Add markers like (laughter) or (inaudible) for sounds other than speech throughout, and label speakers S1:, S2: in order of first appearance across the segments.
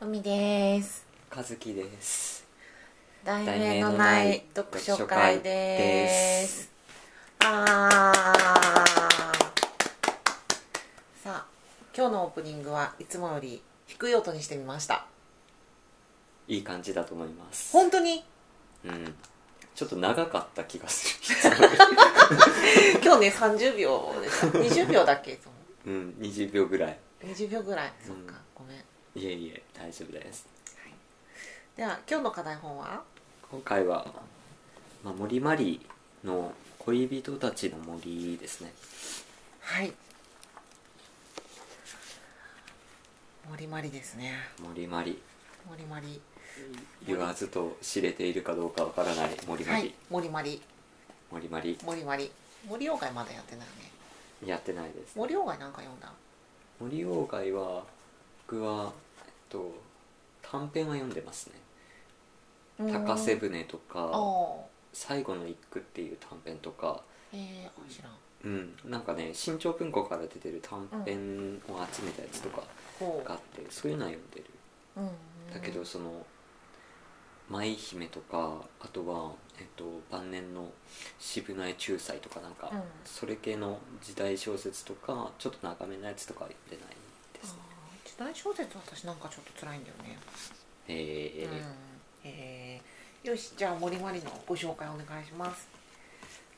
S1: おみです
S2: 和樹です
S1: 題名のない読書会ですあーさあ今日のオープニングはいつもより低い音にしてみました
S2: いい感じだと思います
S1: 本当に (laughs)
S2: うんちょっと長かった気がす
S1: 今日ね30秒でした20秒だっけいつも
S2: る (laughs) うん20秒ぐらい
S1: 20秒ぐらいそっ
S2: う
S1: か
S2: ん
S1: ごめん
S2: いえいえ大丈夫です
S1: では今日の課題本は
S2: 今回は、まあ、森マリーの「恋人たちの森」ですね
S1: はい森まりですね
S2: 森マリ
S1: 森まり
S2: 言わずと知れているかどうかわからない森マ
S1: は
S2: リ、
S1: い森まり
S2: 森マリ
S1: 森まり森鴎外まだやってないよね
S2: やってないです
S1: 森鴎外なんか読んだ
S2: 森鴎外は僕は、えっと、短編は読んでますね「高瀬舟」と
S1: あ
S2: か
S1: あ
S2: 「最後の一句」っていう短編とか
S1: えー、知らん
S2: うん、なんかね新潮文庫から出てる短編を集めたやつとか
S1: こ
S2: があって、そういうのは読んでる
S1: う、うん、
S2: だけどその舞姫とかあとは、えっと、晩年の渋内仲裁とかなんか、
S1: うん
S2: それ系の時代小説とかちょっと長めのやつとかは読んでないですね
S1: あー時代小説私なんかちょっと辛いんだよね
S2: え
S1: うんえー、よしじゃあ森まりのご紹介お願いします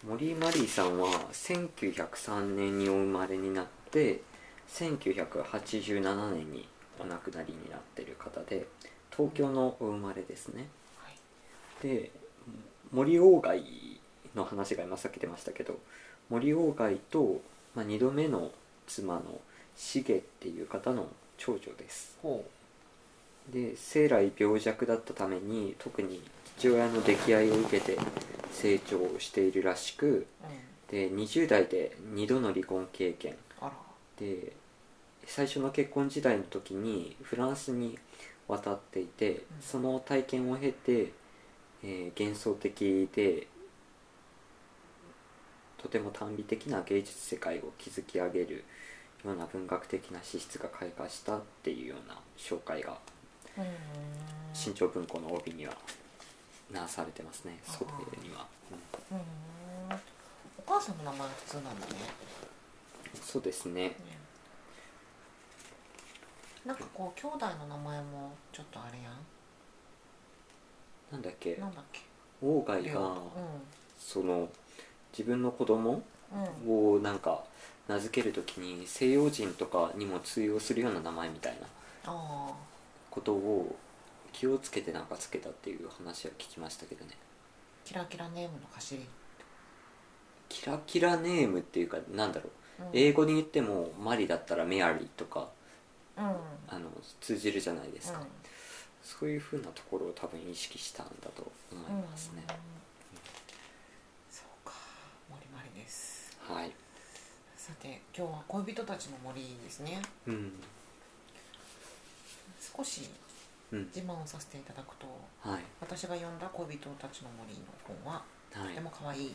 S2: ー森マリーさんは1903年にお生まれになって1987年にお亡くなりになってる方で東京のお生まれですね
S1: はい
S2: で森鴎外の話が今さっき出ましたけど森鴎外と、まあ、2度目の妻のシゲっていう方の長女です
S1: ほ
S2: で生来病弱だったために特に父親の溺愛を受けて成長しているらしく
S1: う、うん、
S2: で20代で2度の離婚経験
S1: あら
S2: で最初の結婚時代の時にフランスに渡っていて、その体験を経て、えー幻想的でとても短美的な芸術世界を築き上げるような文学的な資質が開花したっていうような紹介が
S1: うん
S2: 新潮文庫の帯にはなされてますね、
S1: あー
S2: それには、うん
S1: うんお母さんの名前は普通なんだね
S2: そうですね
S1: ねなんかこう兄弟の名前もちょっとあれやん
S2: なんだっけ
S1: なんだっけ
S2: 鴎外
S1: りょ
S2: が
S1: う
S2: その自分の子供
S1: うんうん
S2: をなんか名付ける時に西洋人とかにも通用するような名前みたいな
S1: ああ
S2: ことを気をつけてなんかつけたっていう話は聞きましたけどね
S1: キラキラネームの走り、
S2: キラキラネームっていうかなんだろう
S1: うん、
S2: 英語に言ってもマリだったらメアリーとか
S1: うんうん
S2: あの通じるじゃないですか、そういうふうなところを多分意識したんだと思いますね
S1: う、んそうか森まりです
S2: はい、
S1: さて今日は恋人たちの森ですね
S2: うん
S1: 少し
S2: うん、
S1: 自慢をさせていただくと
S2: はい
S1: 私が読んだ恋人たちの森の本は
S2: は
S1: とて
S2: い
S1: も可愛い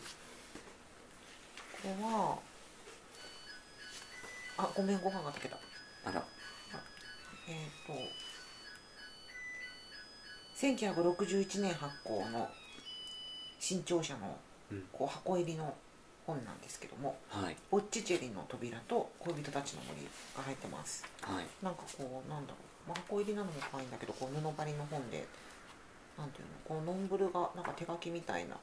S1: これはあごめんご飯が炊けた
S2: あら
S1: えっ、ー、と1961年発行の新潮社の
S2: うん
S1: こう箱入りの本なんですけども
S2: はい
S1: 「ボッチチェリの扉」と「恋人たちの森」が入ってます
S2: はい
S1: なんかこうなんだろう、まあ、箱入りなのも可愛いんだけどこう布張りの本でなんていうのこうノンブルがなんか手書きみたいな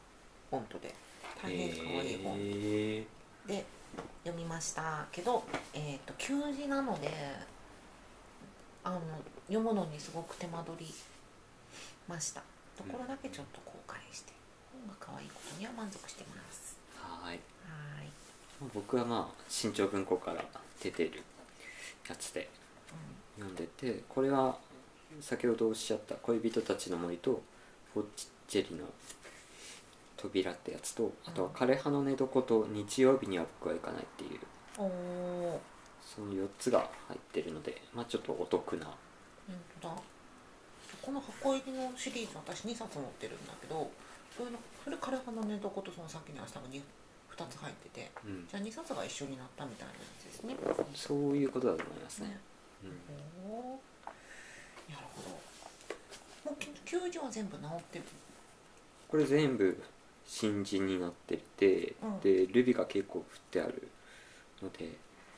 S1: フォントで大変可愛い本
S2: え
S1: で読みましたけど、えー、と給仕なのであの読むのにすごく手間取りましたところだけちょっと後悔して本が可愛いことには満足してます
S2: ー、はい
S1: はーい、
S2: 僕はまあ新潮文庫から出てるやつで読んでてこれは先ほどおっしゃった「恋人たちの森」と「ボッチェリの扉」ってやつとあとは「枯葉の寝床」と「日曜日には僕は行かない」っていう
S1: うん、おお
S2: その4つが入ってるのでまあちょっとお得な
S1: 本当だこの箱入りのシリーズ私2冊持ってるんだけどそれのそれからこの寝床とその先に明日が 2, 2つ入ってて
S2: うん
S1: じゃあ2冊が一緒になったみたいなやつですね
S2: そういうことだと思いますね、
S1: おーなるほどもうき球児は全部治ってる
S2: これ全部新人になってて、
S1: うん
S2: でルビが結構振ってあるので、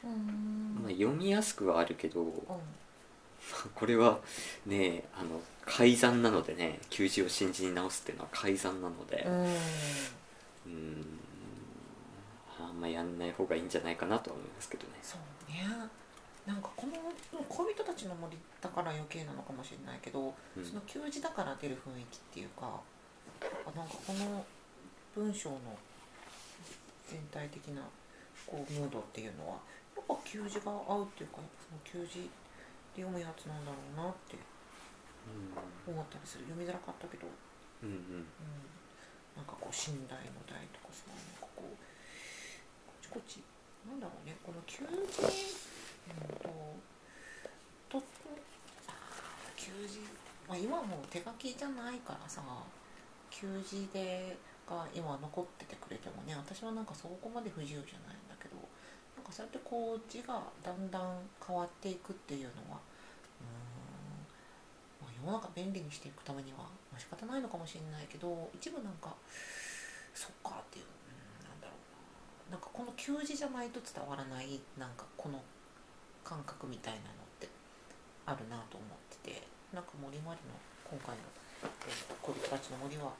S1: うーん
S2: まあ、読みやすくはあるけど、
S1: うん
S2: これはねあの改ざんなのでね求字を新字に直すっていうのは改ざんなので
S1: うん
S2: うんあんまやんない方がいいんじゃないかなとは思いますけどね
S1: そうねなんかこのうん恋人たちの森だから余計なのかもしれないけど、
S2: うん
S1: その球児だから出る雰囲気っていうかあなんかこの文章の全体的なこうムードっていうのはやっぱ球児が合うっていうかやっぱその球児って読むやつなんだろうなって思ったりする読みづらかったけど、う
S2: うんうん
S1: ん、なんかこう信頼の題とかさなんかこうこっちこっちなんだろうねこの球児うんととあー球児、まあ、今はもう手書きじゃないからさ球児でが今残っててくれてもね私はなんかそこまで不自由じゃないんだけどなんかそうやってこう字がだんだん変わっていくっていうのはうーんまあ、世の中便利にしていくためには、まあ、仕方ないのかもしれないけど一部なんかそっかっていう、うん、なんだろうななんかこの給字じゃないと伝わらないなんかこの感覚みたいなのってあるなと思っててなんか森まりの今回の「えー恋人たちの森は」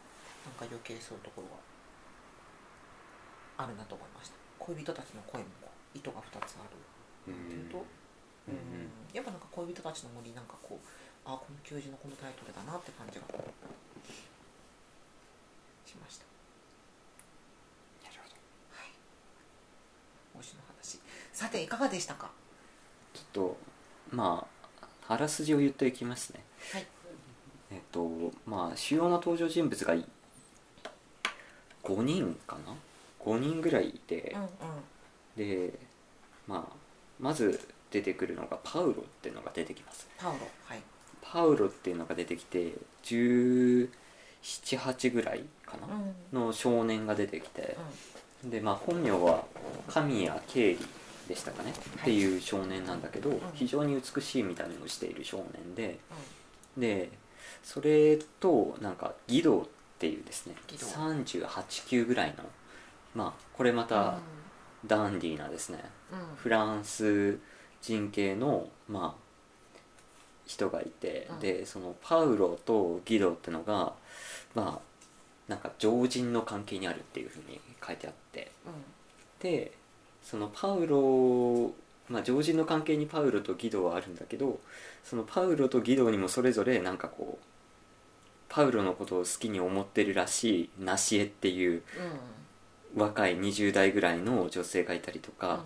S1: なんか余計そういうところがあるなと思いました恋人たちの声もこう糸が2つある
S2: う
S1: っ
S2: ん
S1: ていうと。
S2: うん
S1: やっぱなんか恋人たちの森なんかこうあこの球児のこのタイトルだなって感じがしました
S2: なるほど
S1: 推しの話さていかがでしたか
S2: ちょっとまああらすじを言っていきますね
S1: はい
S2: えっとまあ主要な登場人物がい5人かな5人ぐらいいて、
S1: うんうん
S2: で、まあ、まず出てくるのがパウロっていうのが出てきます
S1: パウロはい
S2: パウロっていうのが出てきて1718ぐらい
S1: う
S2: か
S1: んう
S2: なんの少年が出てきてで、まあ、本名は神谷経理でしたかねっ
S1: はい
S2: ていう少年なんだけど
S1: ん
S2: 非常に美しい見た目をしている少年ででそれとなんか義堂っていうですね
S1: 義堂
S2: 38級ぐらいのまあこれまたダンディーなですね、
S1: うんうん
S2: フランス人系の、まあ、人がいて、
S1: うん
S2: でそのパウロとギドってのがまあなんか常人の関係にあるっていうふうに書いてあってでそのパウロ、まあ、常人の関係にパウロとギドはあるんだけどそのパウロとギドにもそれぞれなんかこうパウロのことを好きに思ってるらしいナシエっていう
S1: うん
S2: 若い20代ぐらいの女性がいたりとか、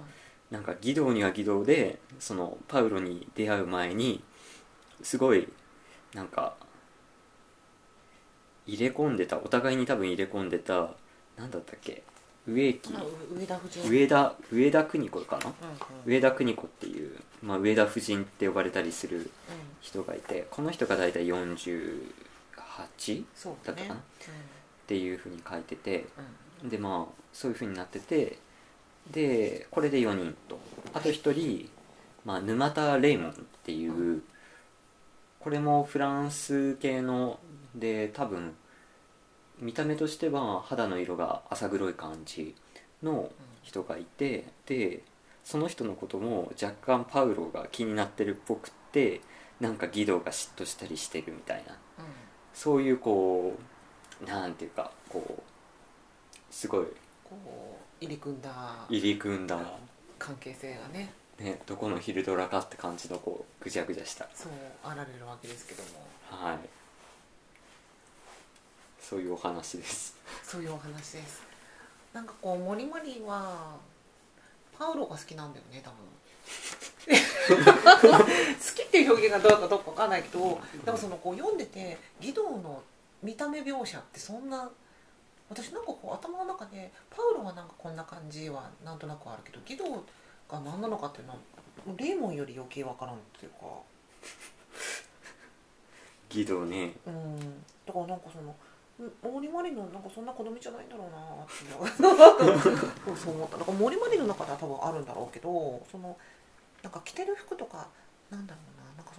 S2: なんか義堂には義堂でそのパウロに出会う前にすごいなんか入れ込んでたお互いに多分入れ込んでたなんだったっけ植
S1: う
S2: 木
S1: んあう上田夫人
S2: 上田上田邦子かな
S1: うんうん
S2: 上田邦子っていう、まあ、上田夫人って呼ばれたりする
S1: うん
S2: 人がいてこの人が大体48っ
S1: そうだ
S2: だった
S1: ね
S2: かなていうふうに書いて
S1: う
S2: て
S1: んうん
S2: でまあそういう風になっててでこれで4人とあと1人、まあ、沼田レイモンっていう、
S1: う
S2: これもフランス系ので多分見た目としては肌の色が浅黒い感じの人がいてでその人のことも若干パウロが気になってるっぽくってなんか義堂が嫉妬したりしてるみたいな
S1: うん
S2: そういうこうなんていうかこうすごい
S1: こう入り組んだ
S2: 入り組んだ、
S1: 関係性がね
S2: ね、どこの昼ドラかって感じのこうぐちゃぐちゃした
S1: そうあられるわけですけども
S2: はいそういうお話です
S1: そういうお話です。なんかこう、モリモリは。パウロが好きなんだよね、多分。 (laughs) 好きっていう表現がどうかどうかわかんないけど、でもそのこう読んでて、義堂の見た目描写ってそんな。私なんかこう頭の中でパウロはなんかこんな感じはなんとなくあるけど義堂が何なのかっていうのはもうレーモンより余計わからんっていうか
S2: 義堂ね
S1: うんだからなんかそのうん森マリのなんかそんな子供じゃないんだろうなっていうのがそう思っただから森マリの中では多分あるんだろうけどそのなんか着てる服とかなんだろうななんか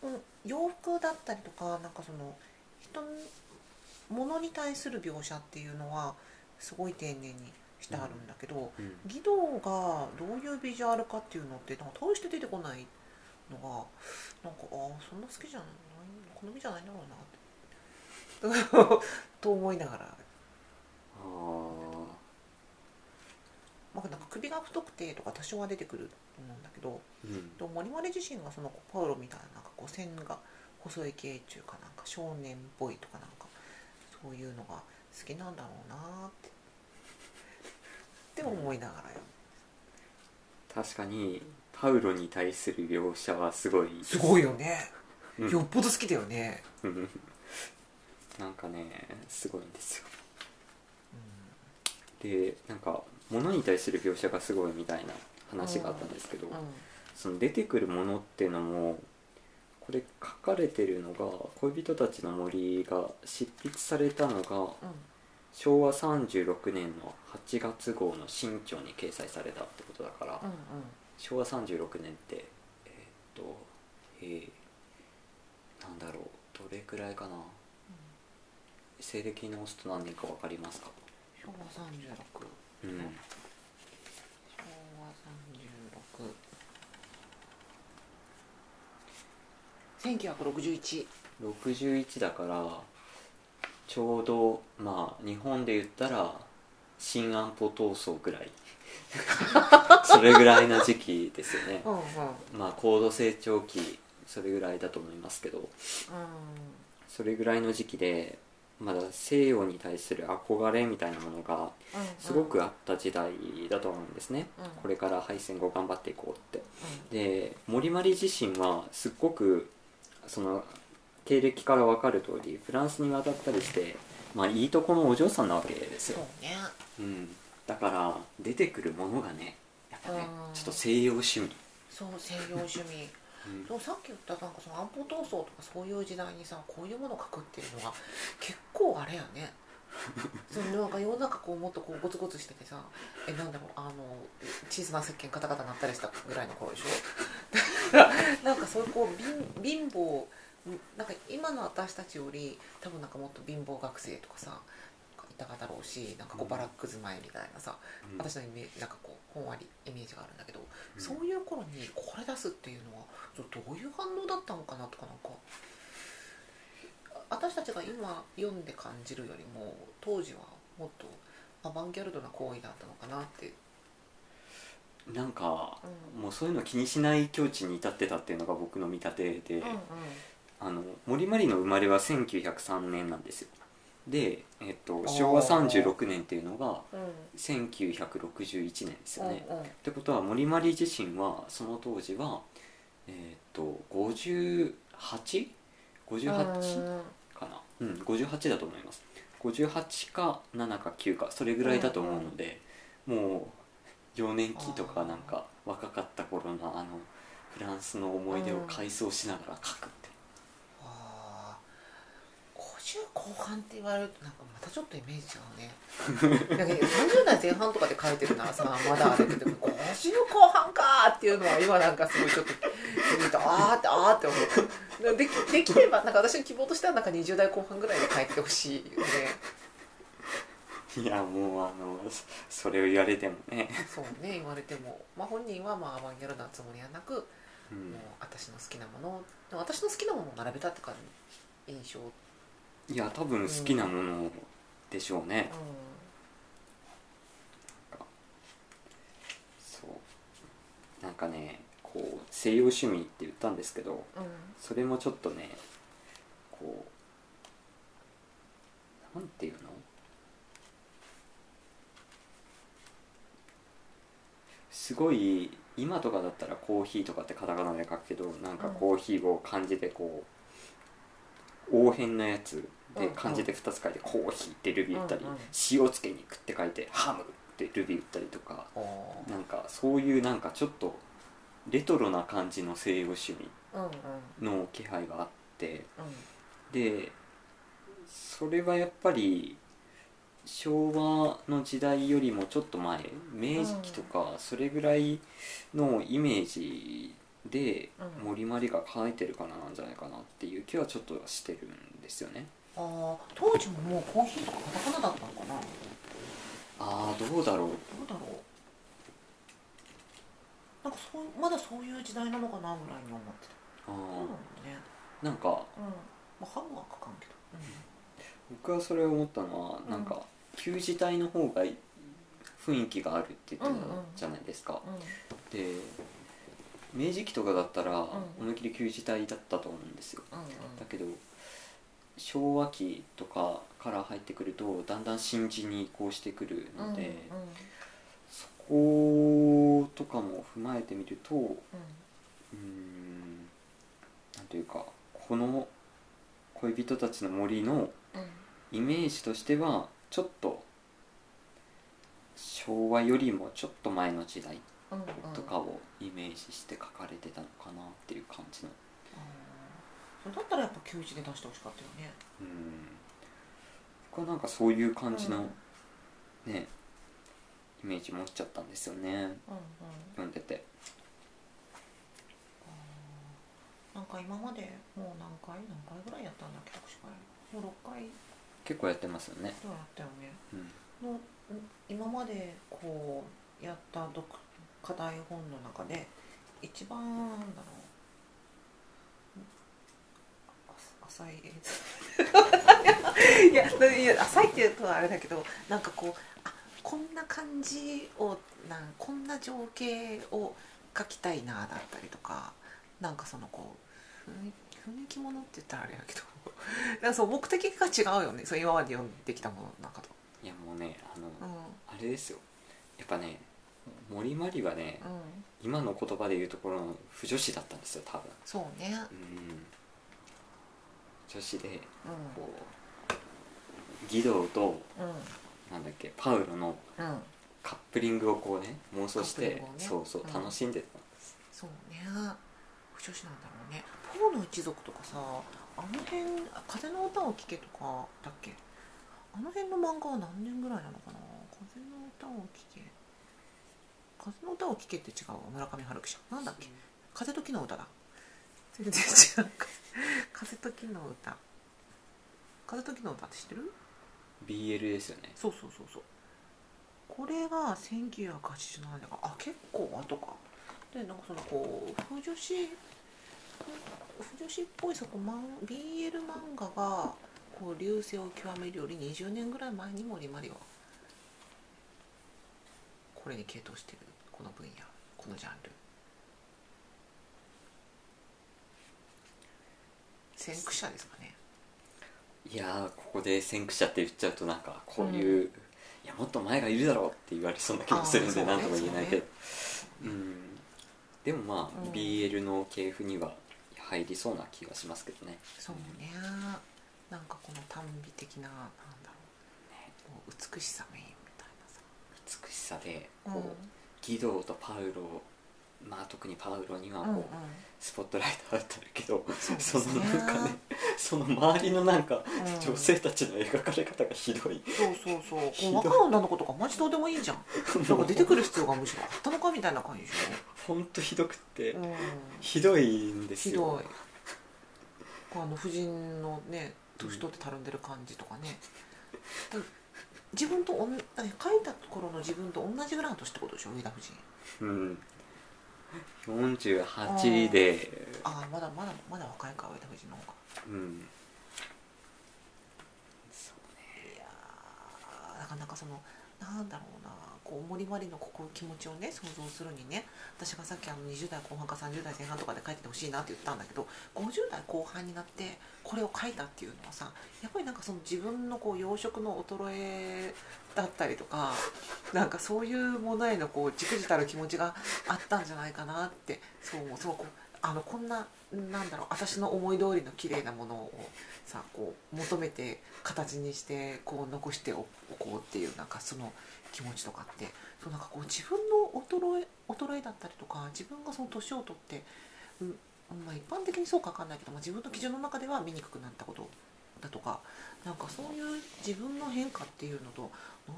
S1: そのうん洋服だったりとかなんかその人に物に対する描写っていうのはすごい丁寧にしてあるんだけど、
S2: うん
S1: 義堂がどういうビジュアルかっていうのってなんか大して出てこないのがなんかああそんな好きじゃない好みじゃないんだろうなって (laughs) と思いながら、
S2: あー
S1: まあ、なんか首が太くてとか多少は出てくると思うんだけど
S2: うん
S1: でも森丸自身がそのパウロみたいななんかこう線が細い系中かなんか少年っぽいとかなんかそういうのが好きなんだろうなってって思いながらよ
S2: 確かにパウロに対する描写はすごい
S1: すごいよね
S2: うん
S1: よっぽど好きだよね、
S2: うん (laughs) なんかねすごいんですよでなんか物に対する描写がすごいみたいな話があったんですけど、
S1: うん
S2: その出てくるものっていうのもこれ書かれてるのが「恋人たちの森」が執筆されたのが
S1: う
S2: 昭和36年の8月号の新潮に掲載されたってことだから、
S1: ん
S2: 昭和36年ってえーっとえーなんだろうどれくらいかな西暦に直すと何年か分かりますか
S1: 昭和三十六
S2: うん
S1: 昭和三十六千九百六十一
S2: 61だからちょうどまあ日本で言ったら新安保闘争ぐらいそれぐらいな時期ですよね
S1: うんうんうん
S2: まあ高度成長期それぐらいだと思いますけどそれぐらいの時期でまだ西洋に対する憧れみたいなものがすごくあった時代だと思うんですね、
S1: うん
S2: これから敗戦後頑張っていこうってで森マリ自身はすっごくその経歴から分かる通りフランスに渡ったりして、まあ、いいとこのお嬢さんなわけです
S1: そ
S2: よ、
S1: うね
S2: うん、だから出てくるものがねやっぱね
S1: うん
S2: ちょっと西洋趣味、
S1: そう西洋趣味
S2: うん
S1: そうさっき言ったなんかその安保闘争とかそういう時代にさこういうものを書くっていうのが結構あれやねそのなんか世の中こうもっとこうゴツゴツしててさえなんだろうあの小さな石鹸カタカタ鳴ったりしたぐらいの頃でしょだから (laughs) なんかそういうこう貧貧乏なんか今の私たちより多分なんかもっと貧乏学生とかさなんかいたかだろうしなんかこうバラック住まいみたいなさ、
S2: うん
S1: 私のイメージなんかこうほんわりイメージがあるんだけど、
S2: うん
S1: そういう頃にこれ出すっていうのはちょっとどういう反応だったのかなとかなんかあ私たちが今読んで感じるよりも当時はもっとアバンギャルドな行為だったのかなって、
S2: なんか
S1: うん
S2: もうそういうの気にしない境地に至ってたっていうのが僕の見立てで、
S1: うんうん
S2: あの森マリの生まれは1903年なんですよで、えっと、
S1: ー
S2: 昭和36年っていうのが
S1: うん
S2: 1961年ですよね、
S1: うんうん
S2: ってことは森マリ自身はその当時はえっと 58?58
S1: うん
S2: かなうん58だと思います58か7か9かそれぐらいだと思うので、もう幼年期とかなんか若かった頃のあのフランスの思い出を回想しながら書くって、
S1: あー50後半って言われるとなんかまたちょっとイメージ違うねなんか30代前半とかで書いてるならさまだあれだけど50後半かーっていうのは今なんかすごいちょっと見とあーってあーって思うできできればなんか私の希望としてはなんか20代後半ぐらいで書いてほしいよね
S2: いやもうあのそそれを言われてもね、
S1: そうね言われても、まあ、本人はまあアバンギャルドなつもりはなく、
S2: う
S1: も
S2: ん
S1: う私の好きなものでも私の好きなものを並べたって感じ印象
S2: いや多分好きなものでしょうね、
S1: う
S2: そうなんかねこう西洋趣味って言ったんですけど
S1: んうん
S2: それもちょっとねこうなんていうのすごい今とかだったらコーヒーとかってカタカナで書くけどなんかコーヒーを漢字でこう応変なやつで
S1: うん
S2: 漢字で2つ書いて「コーヒー」ってルビー打ったり
S1: うんうん
S2: 「塩つけ肉」って書いて「ハム」ってルビー打ったりとか
S1: おー
S2: なんかそういうなんかちょっとレトロな感じの西洋趣味
S1: うんうん
S2: の気配があって
S1: うん
S2: でそれはやっぱり昭和の時代よりもちょっと前明治期とかそれぐらいのイメージで、
S1: うん
S2: 森まりが書いてるからなんじゃないかなっていう気はちょっとしてるんですよね
S1: あー当時ももうコーヒーとかカタカナだったのかなど
S2: ああどうだろう
S1: うだろうなんかそうまだそういう時代なのかなぐらいに思ってたそ
S2: あー
S1: うなんだね
S2: なんか
S1: うんまあハムはかかんけど
S2: 僕はそれを思ったのは
S1: うん
S2: なんか旧字体の方がい雰囲気があるって言ってた
S1: うんうん
S2: じゃないですか、
S1: うん、うん、
S2: で明治期とかだったら
S1: ん
S2: 思いっきり旧字体だったと思うんですよ
S1: うんうん
S2: だけど昭和期とかから入ってくるとだんだん新字に移行してくるので、
S1: うんうん
S2: そことかも踏まえてみるとうーんなんというかこの恋人たちの森の
S1: うんうん
S2: イメージとしてはちょっと昭和よりもちょっと前の時代
S1: うんうん
S2: とかをイメージして書かれてたのかなっていう感じの
S1: あーそれだったらやっぱ旧字で出してほしかったよね
S2: うん僕はなんかそういう感じ
S1: うん
S2: のね、イメージ持っちゃったんですよね
S1: うんうん
S2: 読んでて
S1: なんか今までもう何回何回ぐらいやったんだっけ握手会もう6回
S2: 結構やってますよね、
S1: ぐらいあったよね
S2: うん
S1: のん今までこうやった読課題本の中で一番なんだろうんあ浅い映像 (laughs) いやないや浅いっていうとはあれだけどなんかこうあこんな感じをなんこんな情景を描きたいなだったりとかなんかそのこう雰囲雰囲気ものって言ったらあれだけどなんかそう目的が違うよねそう今まで読んできたものの中と。
S2: いやもうねあの、
S1: うん
S2: あれですよやっぱね森まりはね、
S1: うん、
S2: 今の言葉で言うところの不女子だったんですよ多分
S1: そうね、
S2: うん女子で
S1: う
S2: こう義堂と
S1: ん、うん、
S2: なんだっけパウロの
S1: うん、
S2: カップリングをこうね妄想して、
S1: カップリングをね
S2: そうそう
S1: うん
S2: 楽しんでた、
S1: そうね。不女子なんだろうね。ポーの一族とかさ、あの辺、あ風の歌を聴けとかだっけ。あの辺の漫画は何年ぐらいなのかな。風の歌を聴け。風の歌を聴けって違うわ、村上春樹じゃん。なんだっけ。風時の歌だ。全然違う。 (laughs) 風時の歌。風時の歌って知ってる。
S2: BL ですよね
S1: そうそうそうそうこれが1987年かあ結構後かでなんかそのこう腐女子腐女子っぽいそこマン BL 漫画がこう流星を極めるより20年ぐらい前にもリマリはこれに傾倒してるこの分野このジャンル先駆者ですかね
S2: いやーここで先駆者って言っちゃうとなんかこういう、いやもっと前がいるだろうって言われそうな気もするんで
S1: あーそうね
S2: 何とも言えないけどう,、んでもまあ、
S1: うん
S2: BL の系譜には入りそうな気がしますけどね
S1: そうねなんかこの短美的ななんだろう、ね、こう美しさメインみたいなさ、
S2: 美しさでこう、
S1: うん
S2: 義堂とパウロまあ特にパウロにはこう、
S1: うんうん、
S2: スポットライト当たるけど
S1: そうです
S2: そ
S1: ね
S2: のなんかねその周りのなんか、
S1: うん
S2: 女性たちの描かれ方がひどい
S1: そうそうそう
S2: ひ
S1: こ
S2: どい
S1: 若
S2: う
S1: い女の子とかマジどうでもいいじゃんなんか出てくる必要がむしろあったのかみたいな感じでし
S2: ほんとひどくて、
S1: ょ、うん、
S2: ひどいんです
S1: ひ
S2: よ
S1: どいあの婦人のね年取ってたるんでる感じとかね、だ自分とおんだから書いた頃の自分と同じぐらいの年ってことでしょ上田夫人
S2: うん、48で、
S1: ああまだまだまだ若いか上田夫人の方が
S2: うん、そうね
S1: いやーなかなかそのなんだろうなこう森まりのここ気持ちをね想像するにね私がさっきあの20代後半か30代前半とかで書いててほしいなって言ったんだけど50代後半になってこれを書いたっていうのはさやっぱりなんかその自分のこう養殖の衰えだったりとかなんかそういうものへのこうじくじたる気持ちがあったんじゃないかなってそう思うそうこうあのこんななんだろう私の思い通りの綺麗なものをさこう求めて形にしてこう残しておこうっていうなんかその気持ちとかってそうなんかこう自分の衰え衰えだったりとか自分がその年を取って、うんまあ、一般的にそうかわかんないけど、まあ、自分の基準の中では醜くなったことだとかなんかそういう自分の変化っていうのと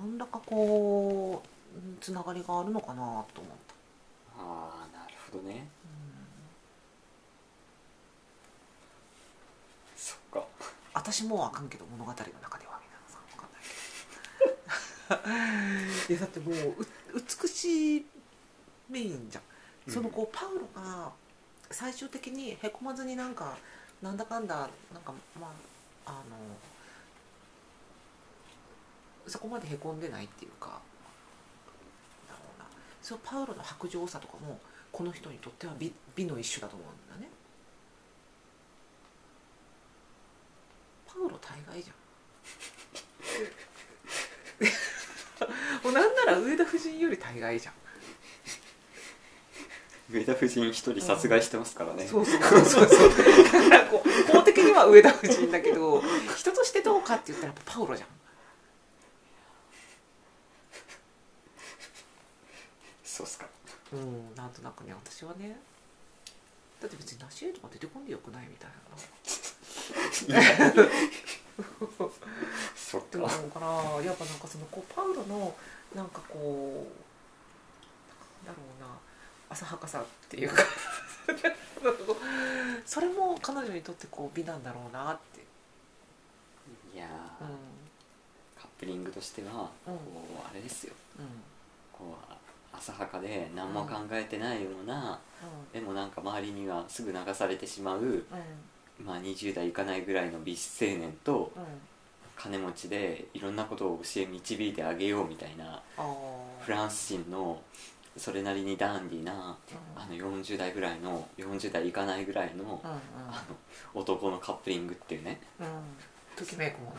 S1: 何らかこううんつながりがあるのかなと思った。
S2: ああなるほどね
S1: うん私もうあかんけど物語の中では皆さんわかんないけどい (laughs) やだってもうう美しいメインじゃんそのこうパウロが最終的にへこまずになんかなんだかんだなんかまああのそこまでへこんでないっていうかなんだろうなそうパウロの薄情さとかもこの人にとっては美美の一種だと思うんだねパウロ大概じゃん (laughs) もうなんなら上田夫人より大概じゃん
S2: 上田夫人一人殺害してますからね、
S1: そうそうそうそうそうだからこう法的には上田夫人だけど人としてどうかって言ったらやっぱパウロじゃん
S2: そうっすか
S1: うんなんとなくね私はねだって別にナシエルとか出てこんでよくないみたいな
S2: そっ
S1: って
S2: か
S1: 思うからやっぱなんかそのこうパウロのなんかこうなんだろうな浅はかさっていうかそれも彼女にとってこう美なんだろうなって、
S2: いや
S1: う
S2: ー、
S1: ん
S2: カップリングとしては
S1: うん
S2: こうあれですよ
S1: うんうん、
S2: こう浅はかで何も考えてないような、でもなんか周りにはすぐ流されてしまう、
S1: うん
S2: まあ、20代いかないぐらいの美青年と
S1: うん
S2: 金持ちでいろんなことを教え導いてあげようみたいな
S1: あ
S2: フランス人のそれなりにダンディなあの40代ぐらいの40代いかないぐらいの
S1: あうん
S2: あの男のカップリングっていうね (laughs)
S1: うんうんときめくもの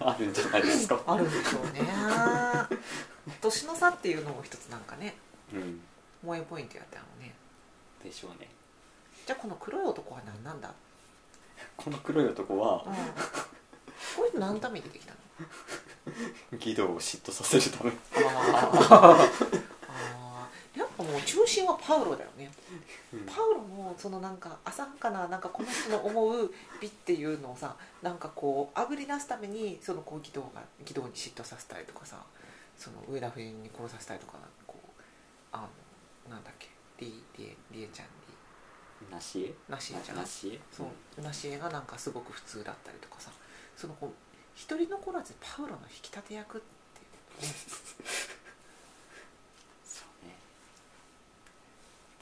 S1: が
S2: あるんじゃないですか、
S1: あるんでしょうね年の差っていうのも一つなんかね
S2: うん、
S1: 萌えポイントやったのね
S2: でしょうね
S1: じゃあこの黒い男は何なんだ、
S2: この黒い男は
S1: うん、こういうの何のために出てきたの
S2: 義堂を嫉妬させるため
S1: あーやっぱもう中心はパウロだよねパウロもそのなんか浅はかななんかこの人の思う美っていうのをさなんかこうあぶり出すためにそのこう義堂が義堂に嫉妬させたりとかさその上田夫人に殺させたりとかこうあのなんだっけリリエリエちゃんリ
S2: なしえ
S1: ナシエちゃん
S2: なしえ
S1: そうナシエがなんかすごく普通だったりとかさそのこう一人残らずパウロの引き立て役っていうね
S2: そうね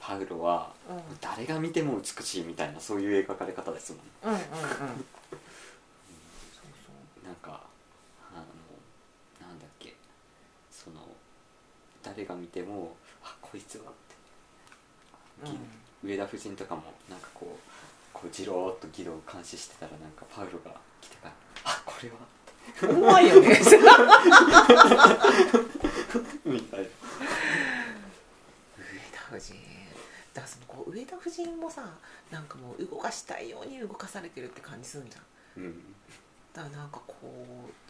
S2: パウロは
S1: うん
S2: 誰が見ても美しいみたいなそういう描かれ方ですも
S1: う
S2: ん
S1: んうんうん
S2: なんかあのなんだっけその誰が見てもあこいつはって、ぎ上田夫人とかもなんかこうこうじろーっと義堂を監視してたらなんかパウロが来てから「あこれは」
S1: そうそううまいよね
S2: みたいな
S1: 上田夫人だからそのこう上田夫人もさなんかもう動かしたいように動かされてるって感じするじゃん
S2: うん
S1: だからなんかこう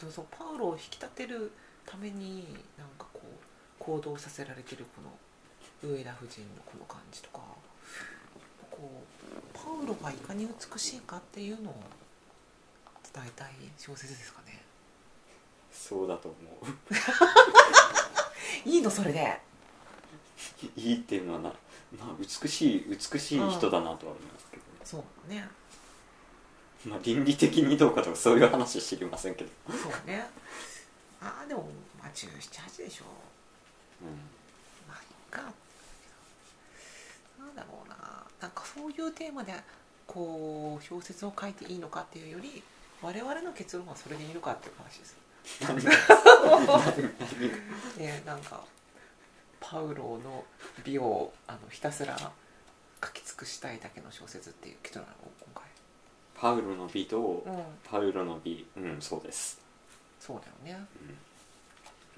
S1: そうそうパウロを引き立てるためになんかこう行動させられてるこの上田夫人のこの感じとかこうパウロがいかに美しいかっていうのを伝えたい小説ですかね
S2: そうだと思う
S1: いいのそれで
S2: いいっていうのはな、まあ、美しい美しい人だなとは思いますけど、
S1: そうね
S2: まあ、倫理的にどうかとかそういう話は知りませんけど、
S1: そうねああでもまあ178でしょ
S2: うん、
S1: まあいっかなんだろうななんかそういうテーマでこう小説を書いていいのかっていうより我々の結論はそれでいいのかっていう話です
S2: 何
S1: ねなんかパウロの美をあのひたすら書き尽くしたいだけの小説っていう結論なの今
S2: パウロの美と
S1: 回うん
S2: パウロの美うんそうです、
S1: そうだよね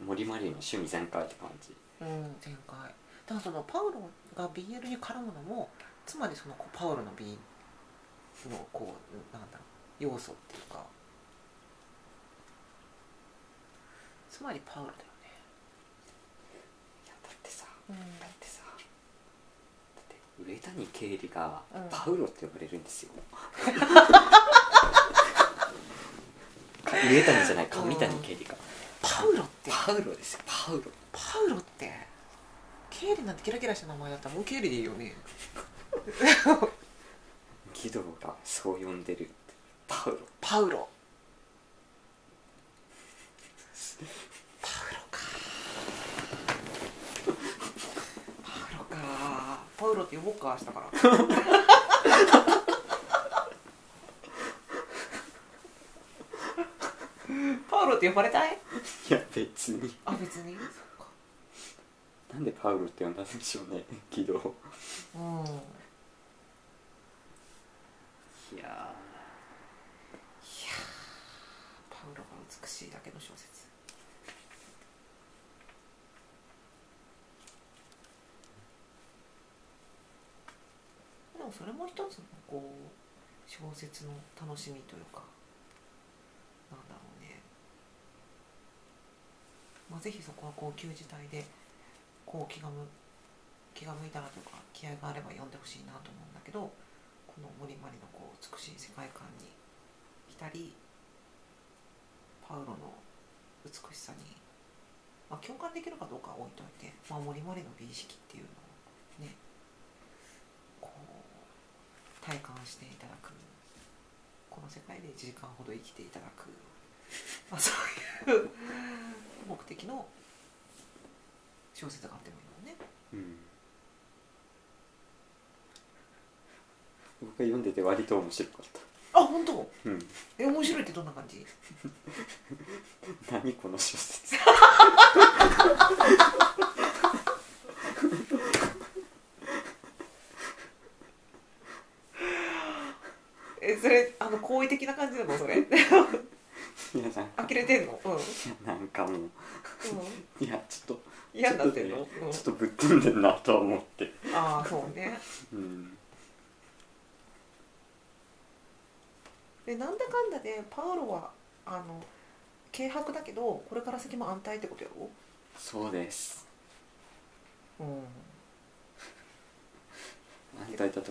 S2: うん、森マリーの趣味全開って感じ
S1: うん前回だからそのパウロが BL に絡むのもつまりそのこうパウロの B のこうなんだろう要素っていうかつまりパウロだよ
S2: いやだってさ
S1: ね
S2: だってさだって上谷経理が
S1: うん
S2: パウロって呼ばれるんですよ、上谷じゃない上谷経理が、
S1: パウロって
S2: パウロですよパウロ
S1: パウロって経理なんてキラキラした名前だったらもう経理でいいよね
S2: 義堂がそう呼んでるパウロ
S1: パウロパウロかパウロかパウロって呼ぼうか明日から (laughs) パウロって呼ばれたい
S2: いや別に
S1: あ別にそっか
S2: なんでパウロって呼んだんでしょうね軌道
S1: うん
S2: いや
S1: パウロが美しいだけの小説でもそれも一つのこう小説の楽しみというかなんだろうね、まあ、ぜひそこはこう旧時代でこう気がむ気が向いたらというか気合があれば読んでほしいなと思うんだけどこの森まりのこう美しい世界観に浸りパウロの美しさに、まあ、共感できるかどうかは置いといて、まあ、森まりの美意識っていうのをねこう体感していただくこの世界で1時間ほど生きていただく、まあ、そういう目的の小説があってもいいのね
S2: うん僕が読んでて割と面白かっ
S1: あ本当
S2: たうん
S1: え面白いってどんな感じ
S2: 何この小説
S1: えそれあの好意的な感じなのそれ
S2: いやなんか
S1: 呆れてんのうん、うん、
S2: なんかもういやちょっと
S1: 嫌になってんの、
S2: ちょ
S1: うん
S2: ちょっとぶっ飛んでんなとは思って
S1: ああそうね
S2: うん
S1: でなんだかんだでパウロはあの軽薄だけどこれから先も安泰ってことやろ
S2: そうです
S1: うん
S2: 安泰だと思う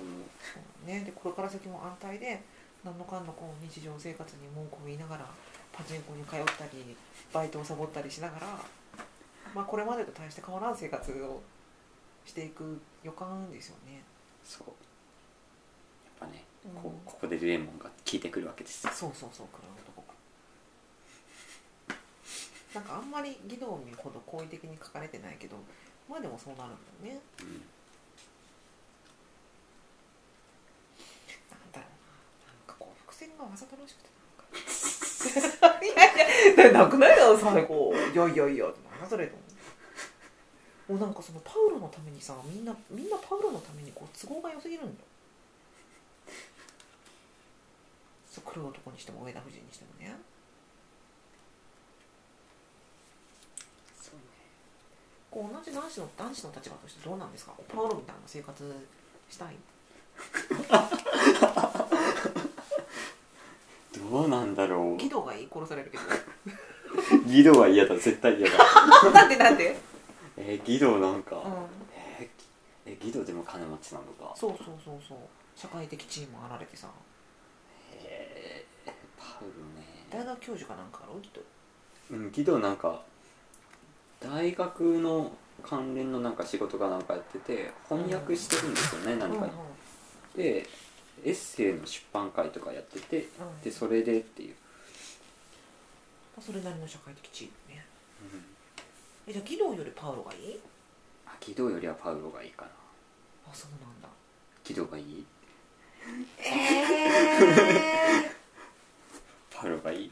S1: そうねでこれから先も安泰で何のかんのこう日常生活に文句を言いながらパチンコに通ったりバイトをサボったりしながら、まあ、これまでと大して変わらん生活をしていく予感ですよね
S2: そうやっぱね、こ
S1: うん
S2: うここでレモンが効いてくるわけですよ
S1: そうそうそうクラウド国なんかあんまり義堂にほど好意的に書かれてないけどまあでもそうなるんだよね
S2: う
S1: な
S2: ん
S1: んだろうな、なんかこう伏線がわざとらしくてなん (laughs) か。いやいや、なくないよ最後。いやいやいや、なんだそれと思う。もうなんかそのパウロのためにさ、みんなみんなパウロのためにこう都合が良すぎるんだよ。そう黒い男にしても上田夫人にしてもね。
S2: そうね
S1: こう同じ男子の男子の立場としてどうなんですか。こうパウロみたいな生活したい。
S2: どうなんだろ
S1: 義堂がいい殺されるけど。
S2: (laughs) うギドは嫌だ絶対嫌
S1: (laughs)
S2: だ (laughs)
S1: なんでなんで。
S2: えー、ギドなんか、
S1: うん。
S2: えー、えーギドでも金持ちなのか
S1: そうそうそうそう。社会的地位もあられてさ。
S2: えー、パウロ
S1: 大
S2: ね
S1: 学教授かなんかやろきっと
S2: うんギドなんか大学の関連のなんか仕事かなんかやってて翻訳してるんですよね、何かに、
S1: う
S2: でエッセイの出版会とかやってて
S1: んうん
S2: でそれでっていう、
S1: それなりの社会的地位ねえじゃあ義堂よりパウロがいい
S2: あギドよりはパウロがいいかな
S1: あそうなんだ
S2: ギドがいい
S1: (laughs) ええ
S2: パウロがいい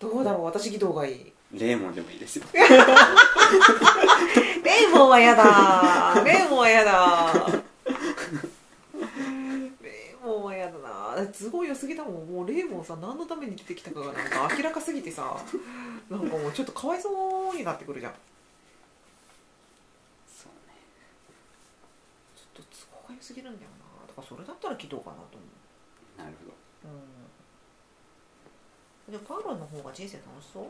S1: どうだろう私義堂がいい
S2: (laughs) レーモンでもいい (laughs) ですよ
S1: レイモンはや (laughs) だレイモンはや (laughs) だレイモンはやだな都合良すぎたもんもうレイモンさ何のために出てきたかがなんか明らかすぎてさなんかもうちょっとかわいそうになってくるじゃんち
S2: そうね
S1: ょっと都合が良すぎるんだよなだからそれだったら義堂かなと思う
S2: なるほど
S1: うんでもパウロの方が人生楽しそう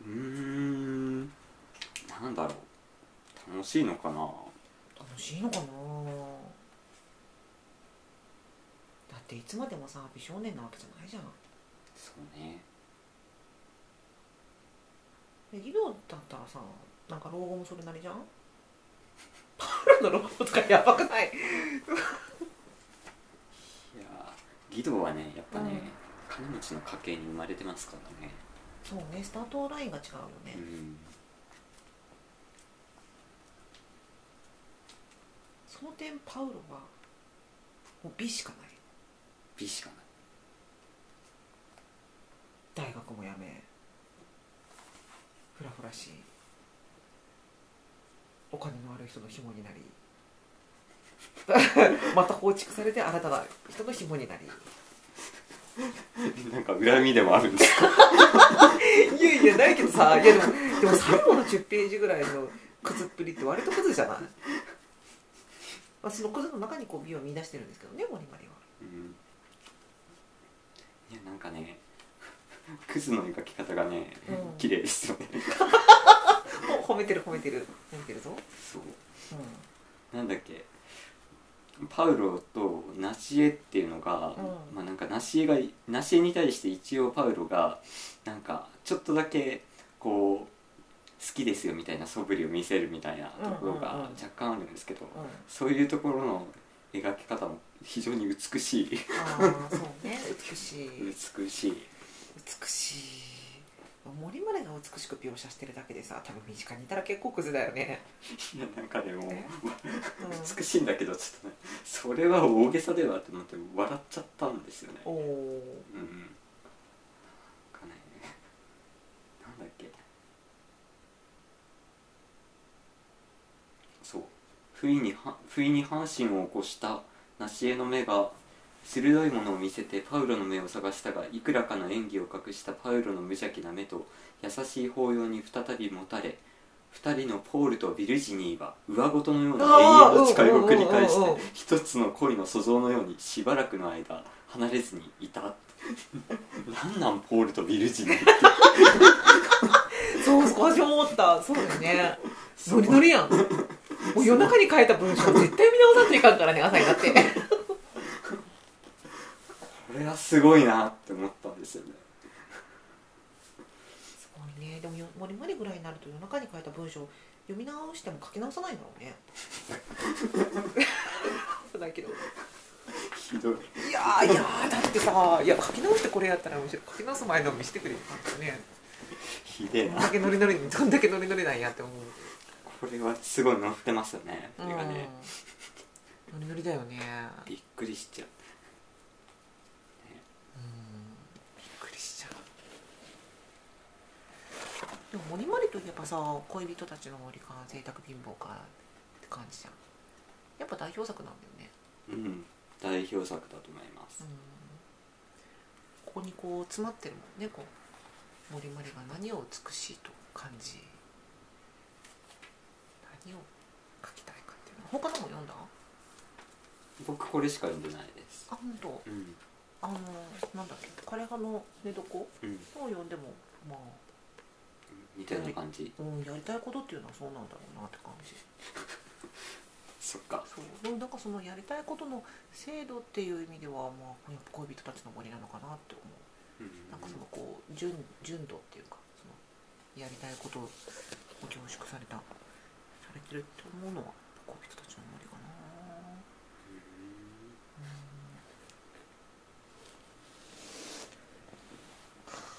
S2: うーんなんだろう楽しいのかな
S1: 楽しいのかなだっていつまでもさ美少年なわけじゃないじゃん
S2: そうね
S1: で技能だったらさなんか老後もそれなりじゃん (laughs) パウロの老後とかやばくない
S2: いやー義堂はねやっぱね、
S1: うん
S2: 金持ちの家系に生まれてますからね
S1: そうねスタートラインが違うよね、
S2: うん
S1: その点パウロはもう美しかない
S2: 美しかない
S1: 大学も辞めふらふらしお金のある人の紐になり (laughs) また放逐されて新たな人の紐になり
S2: (laughs) なんか恨みでもあるんですか
S1: いやいやないけど (laughs) さいやでもでも最後の10ページぐらいのクズっぷりって割とクズじゃない、まあ、そのクズの中にこう美を見出してるんですけどね森マリは。
S2: うんいやなんかね (laughs) クズの描き方がね、
S1: うん
S2: 綺麗ですよね
S1: お褒めてる褒めてる褒めてるぞ、
S2: そう
S1: う
S2: なんだっけパウロとナシエっていうのが、
S1: うん
S2: まあなんかナシエがナシエに対して一応パウロがなんかちょっとだけこう好きですよみたいな素振りを見せるみたいなところが
S1: うんうんうん
S2: 若干あるんですけど、
S1: んうん、
S2: そういうところの描き方も非常に美しい
S1: ああそうね美しい
S2: 美しい
S1: 美しい森までが美しく描写してるだけでさ多分身近にいたら結構クズだよね、
S2: いやなんかでも
S1: え
S2: 美しいんだけどちょっとねそれは大げさではって思って笑っちゃったんですよね
S1: うん、おお
S2: うんうんなんかねなんだっけそう不意には不意に半身を起こした梨江の目が鋭いものを見せてパウロの目を探したがいくらかの演技を隠したパウロの無邪気な目と優しい抱擁に再びもたれ二人のポールとビルジニーは上ごとのような永遠の誓いを繰り返し
S1: あーうんうんうんうん
S2: て一つの恋の塑像のようにしばらくの間離れずにいた (laughs) なんなんポールとビルジニーって
S1: そうそう私も思ったそうだよね
S2: そう
S1: ノリノリやんもう夜中に書いた文章絶対見直さんといかんからね朝になって
S2: これはすごいなって思ったんですよね
S1: すごいねでもよ森までぐらいになると夜中に書いた文章読み直しても書き直さないんだろうねそうだけど
S2: ひどい
S1: いやーいやーだってさいや書き直してこれやったら面白い書き直す前の見せてくれよかったね
S2: ひでえ
S1: どん
S2: な
S1: だけノリノリどんだけノリノリなんやって思う
S2: これはすごい乗ってますよね
S1: う
S2: こ
S1: ん
S2: れがね
S1: ノリノリだよね
S2: びっくりしちゃう
S1: うんびっくりしちゃうでも森まりといえばさ恋人たちの森か贅沢貧乏かって感じじゃんやっぱ代表作なんだよね
S2: うん代表作だと思います
S1: うんここにこう詰まってるもんねこう森まりが何を美しいと感じ何を書きたいかっていうの他のも読んだ
S2: 僕これしか読んでないです
S1: あ本当
S2: うん
S1: あのなんだっけ枯葉の寝床を
S2: うん
S1: 読んでもまあ
S2: みたいな感じ
S1: うんやりたいことっていうのはそうなんだろうなって感じ
S2: そっか
S1: そうでもなんかそのやりたいことの制度っていう意味ではまあやっぱ恋人たちの森なのかなって思う
S2: うん
S1: なんかそのこう純純度っていうかそのやりたいことを凝縮されたされてるって思うのはこう人たちの森かな
S2: うん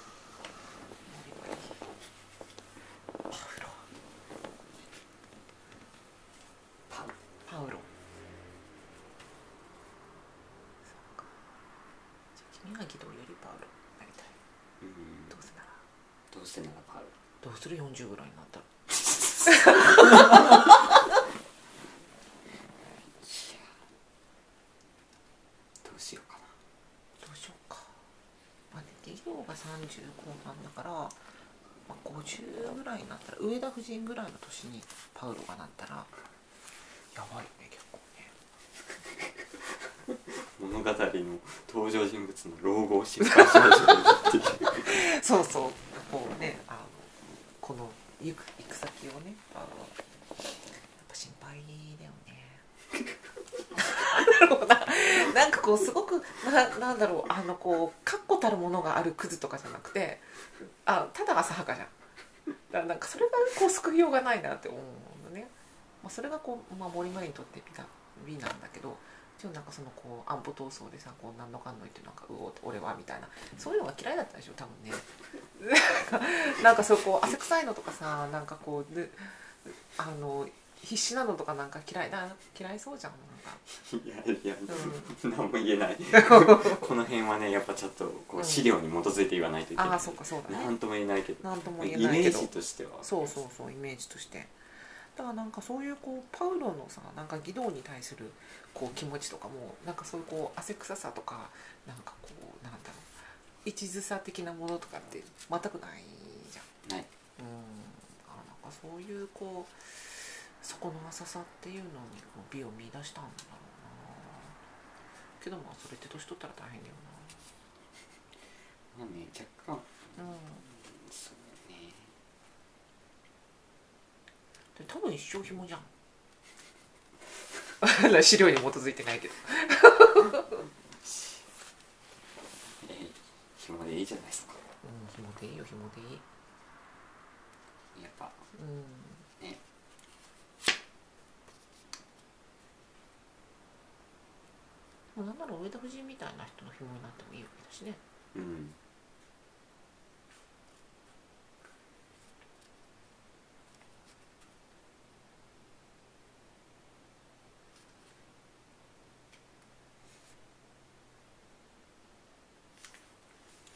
S1: 森森パウロ
S2: パウ
S1: パウロそうかじゃあ君が義堂よりパウロになりたい
S2: うん
S1: どうせなら
S2: どうせならパウ
S1: どうする40ぐらいになったら
S2: どうしようかな
S1: どうしようかまあね義堂が30後半だから、まあ、50ぐらいになったら上田夫人ぐらいの年にパウロがなったらやばいよね結構ね
S2: 物語の登場人物の老後を心配し始めるってい
S1: (laughs)
S2: う
S1: そうそうこうねあのこの行く行く先をねあのやっぱ心配だよね (laughs) なんだろうななんかこうすごくななんだろうあのこう確固たるものがあるクズとかじゃなくてあただ浅はかじゃんだからなんかそれがこう救いようがないなって思うのね、まあ、それがこう、まあ、森マリにとって美だ美なんだけどちょっとなんかそのこう安保闘争でさこう何のかんの言ってなんかうお俺はみたいなそういうのが嫌いだったでしょ多分ねなんかなんかそうこう汗臭いのとかさなんかこうぬあの必死なのとかなんか嫌いだ嫌いそうじゃん
S2: (laughs) いやいや、
S1: う
S2: 何も言え (laughs) ない
S1: なんか
S2: この辺はねやっぱちょっと
S1: う
S2: こうん資料に基づいて言わないといけない、
S1: ああそうかそうだ
S2: な
S1: ね
S2: んとも言えないけど
S1: なんとも言
S2: イ
S1: えな
S2: メ
S1: いけ
S2: ー
S1: ど
S2: ジとしては
S1: そうそうそうイメージとしてだからなんかそういうこうパウロのさなんか義堂に対するこう気持ちとかもなんかそういうこう汗臭さとかなんかこうなんだろう一途さ的なものとかって全くないじゃん
S2: ない
S1: うんだからなんかそういうこう底の浅さっていうのにこう美を見出したんだろうなけどまあそれって年取ったら大変だよ
S2: まあね若干
S1: なうん
S2: そうね
S1: で多分一生紐じゃんあら資料に基づいてないけど
S2: えー紐でいいじゃないですか
S1: うん、紐でいいよ、紐でいい。
S2: やっぱ
S1: うん。
S2: ね
S1: もうなんなら上田夫人みたいな人の紐になってもいいわけだしね。
S2: うん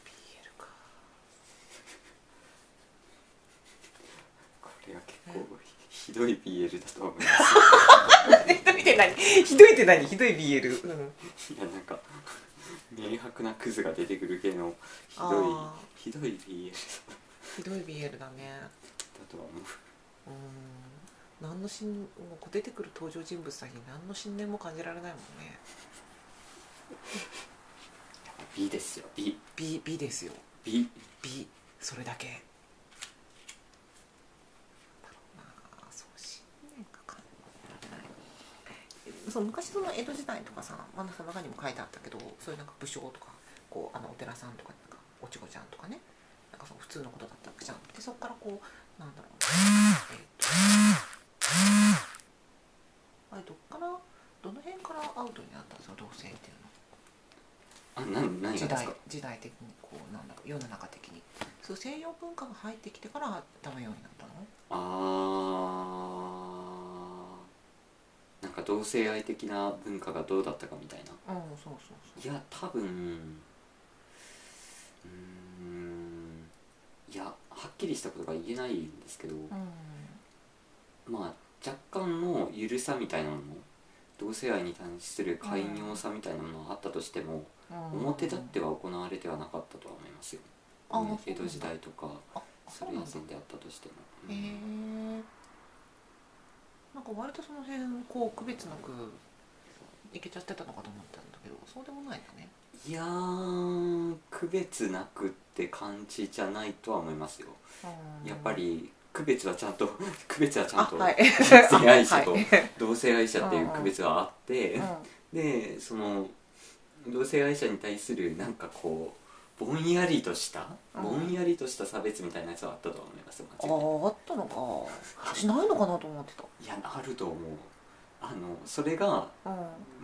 S1: 言えるか。
S2: これは結構ひどい BL だと思いま
S1: ひどいって何ひどいって何ひどい BL。うん。 (laughs)
S2: すいやなんか明白なクズが出てくる系のひ
S1: あ
S2: どいひどい BL
S1: ひどい BL だね。
S2: だとは思
S1: う
S2: う
S1: ん。何のしん、もうこう出てくる登場人物さに何の信念も感じられないもんね。
S2: やっぱ B ですよ B
S1: B、B ですよ。
S2: B
S1: B、それだけ。だろうな。そう信念が感じられない。そう昔その江戸時代とかさマナさんの中にも書いてあったけどそういうなんか武将とかこうあのお寺さんとかなんかおちごちゃんとかねなんかその普通のことだったわけじゃんでそこからこうなんだろうえーっとあれどっからどの辺からアウトになったんですか同性っていうの
S2: あなん何がです
S1: 時
S2: か
S1: 代時代的にこうなんだろう世の中的にそう西洋文化が入ってきてからダメようになったの
S2: あーなんか同性愛的な文化がどうだったかみたいな
S1: うんそうそうそう
S2: いや多分うーんいやはっきりしたことが言えないんですけど、
S1: うん
S2: まあ若干の緩さみたいなもの同性愛に対する寛容さみたいなものがあったとしても、表立っては行われてはなかったとは思いますよ、
S1: あ
S2: ね
S1: そう
S2: 江
S1: なんだ
S2: 戸時代とか
S1: あ
S2: ソ
S1: そう
S2: 連
S1: なんだ
S2: 戦であったとしても、
S1: へ
S2: うん
S1: えなんか割とその辺こう区別なくいけちゃってたのかと思ったんだけどそうでもないんだね
S2: いやー区別なくって感じじゃないとは思いますよやっぱり区別はちゃんと区別はちゃん
S1: あ
S2: と
S1: はい
S2: 同性愛者と
S1: はい
S2: 同性愛者っていう区別はあって
S1: うん
S2: でその同性愛者に対するなんかこうぼんやりとした
S1: うん
S2: ぼんやりとした差別みたいなやつはあったとは思います間違いない
S1: あああったのかしないのかなと思ってた
S2: いやあると思うあのそれが
S1: うん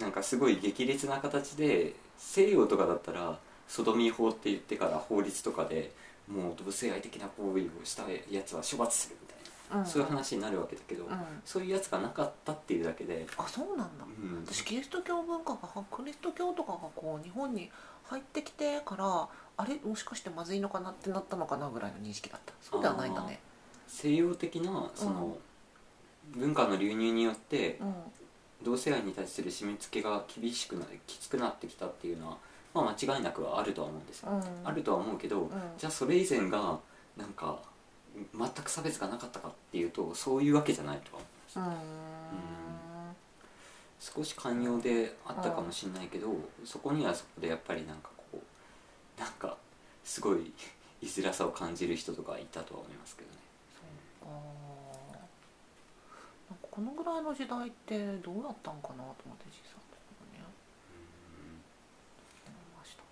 S2: なんかすごい激烈な形で西洋とかだったらソドミー法って言ってから法律とかでもう同性愛的な行為をしたやつは処罰するみたいな、
S1: うん
S2: そういう話になるわけだけど、
S1: うん
S2: そういうやつがなかったっていうだけで、
S1: あそうなんだ
S2: うん、
S1: 私キリスト教文化がキリスト教とかがこう日本に入ってきてからあれもしかしてまずいのかなってなったのかなぐらいの認識だったそうではないんだね
S2: 西洋的なその、文化の流入によって
S1: うん
S2: 同性愛に対する締め付けが厳しくなきつくなってきたっていうのは、まあ、間違いなくはあるとは思うんですよ、
S1: うん
S2: あるとは思うけど、
S1: うん
S2: じゃあそれ以前がなんか全く差別がなかったかっていうとそういうわけじゃないとは思います
S1: うーん
S2: 少し寛容であったかもしれないけど、そこにはそこでやっぱりなんかこうなんかすごいいづらさを感じる人とかいたとは思いますけどね
S1: あーなんかこのぐらいの時代ってどうだったんかなと思ってじいさんとかね
S2: うん
S1: 思いました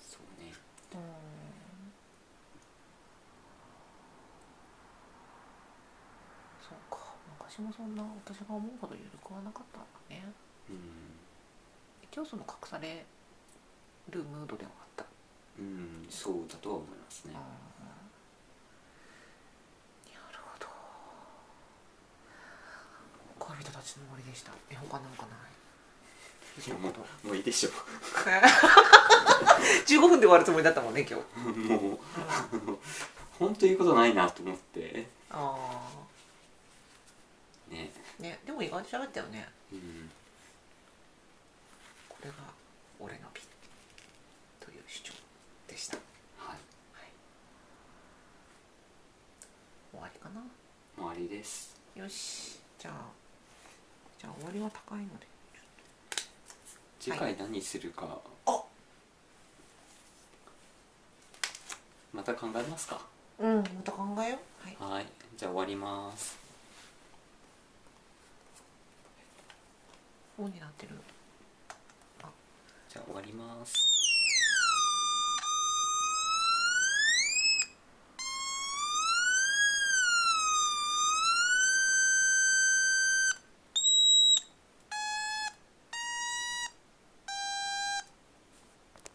S2: そうね
S1: うんそうか昔もそんな私が思うほど緩くはなかったんだね
S2: うん
S1: 今日その隠されるムードではあった
S2: うんそうだとは思いますね
S1: なるほど恋人たちの森でしたえ他なんかない
S2: いやもうもういいで (laughs) しょ
S1: 15分で終わるつもりだったもんね今日
S2: もう本当言うことないなと思って
S1: あ
S2: ね
S1: あねでも意外と喋ったよね
S2: うん
S1: これが俺の美という主張でした、は
S2: はい
S1: い、終わりかな
S2: 終わりです
S1: よしじゃあじゃあ終わりは高いので
S2: 次回何するか、
S1: あ
S2: また考えますか
S1: うんまた考えようはい
S2: はいじゃあ終わります
S1: オンになってる
S2: じゃあ終わります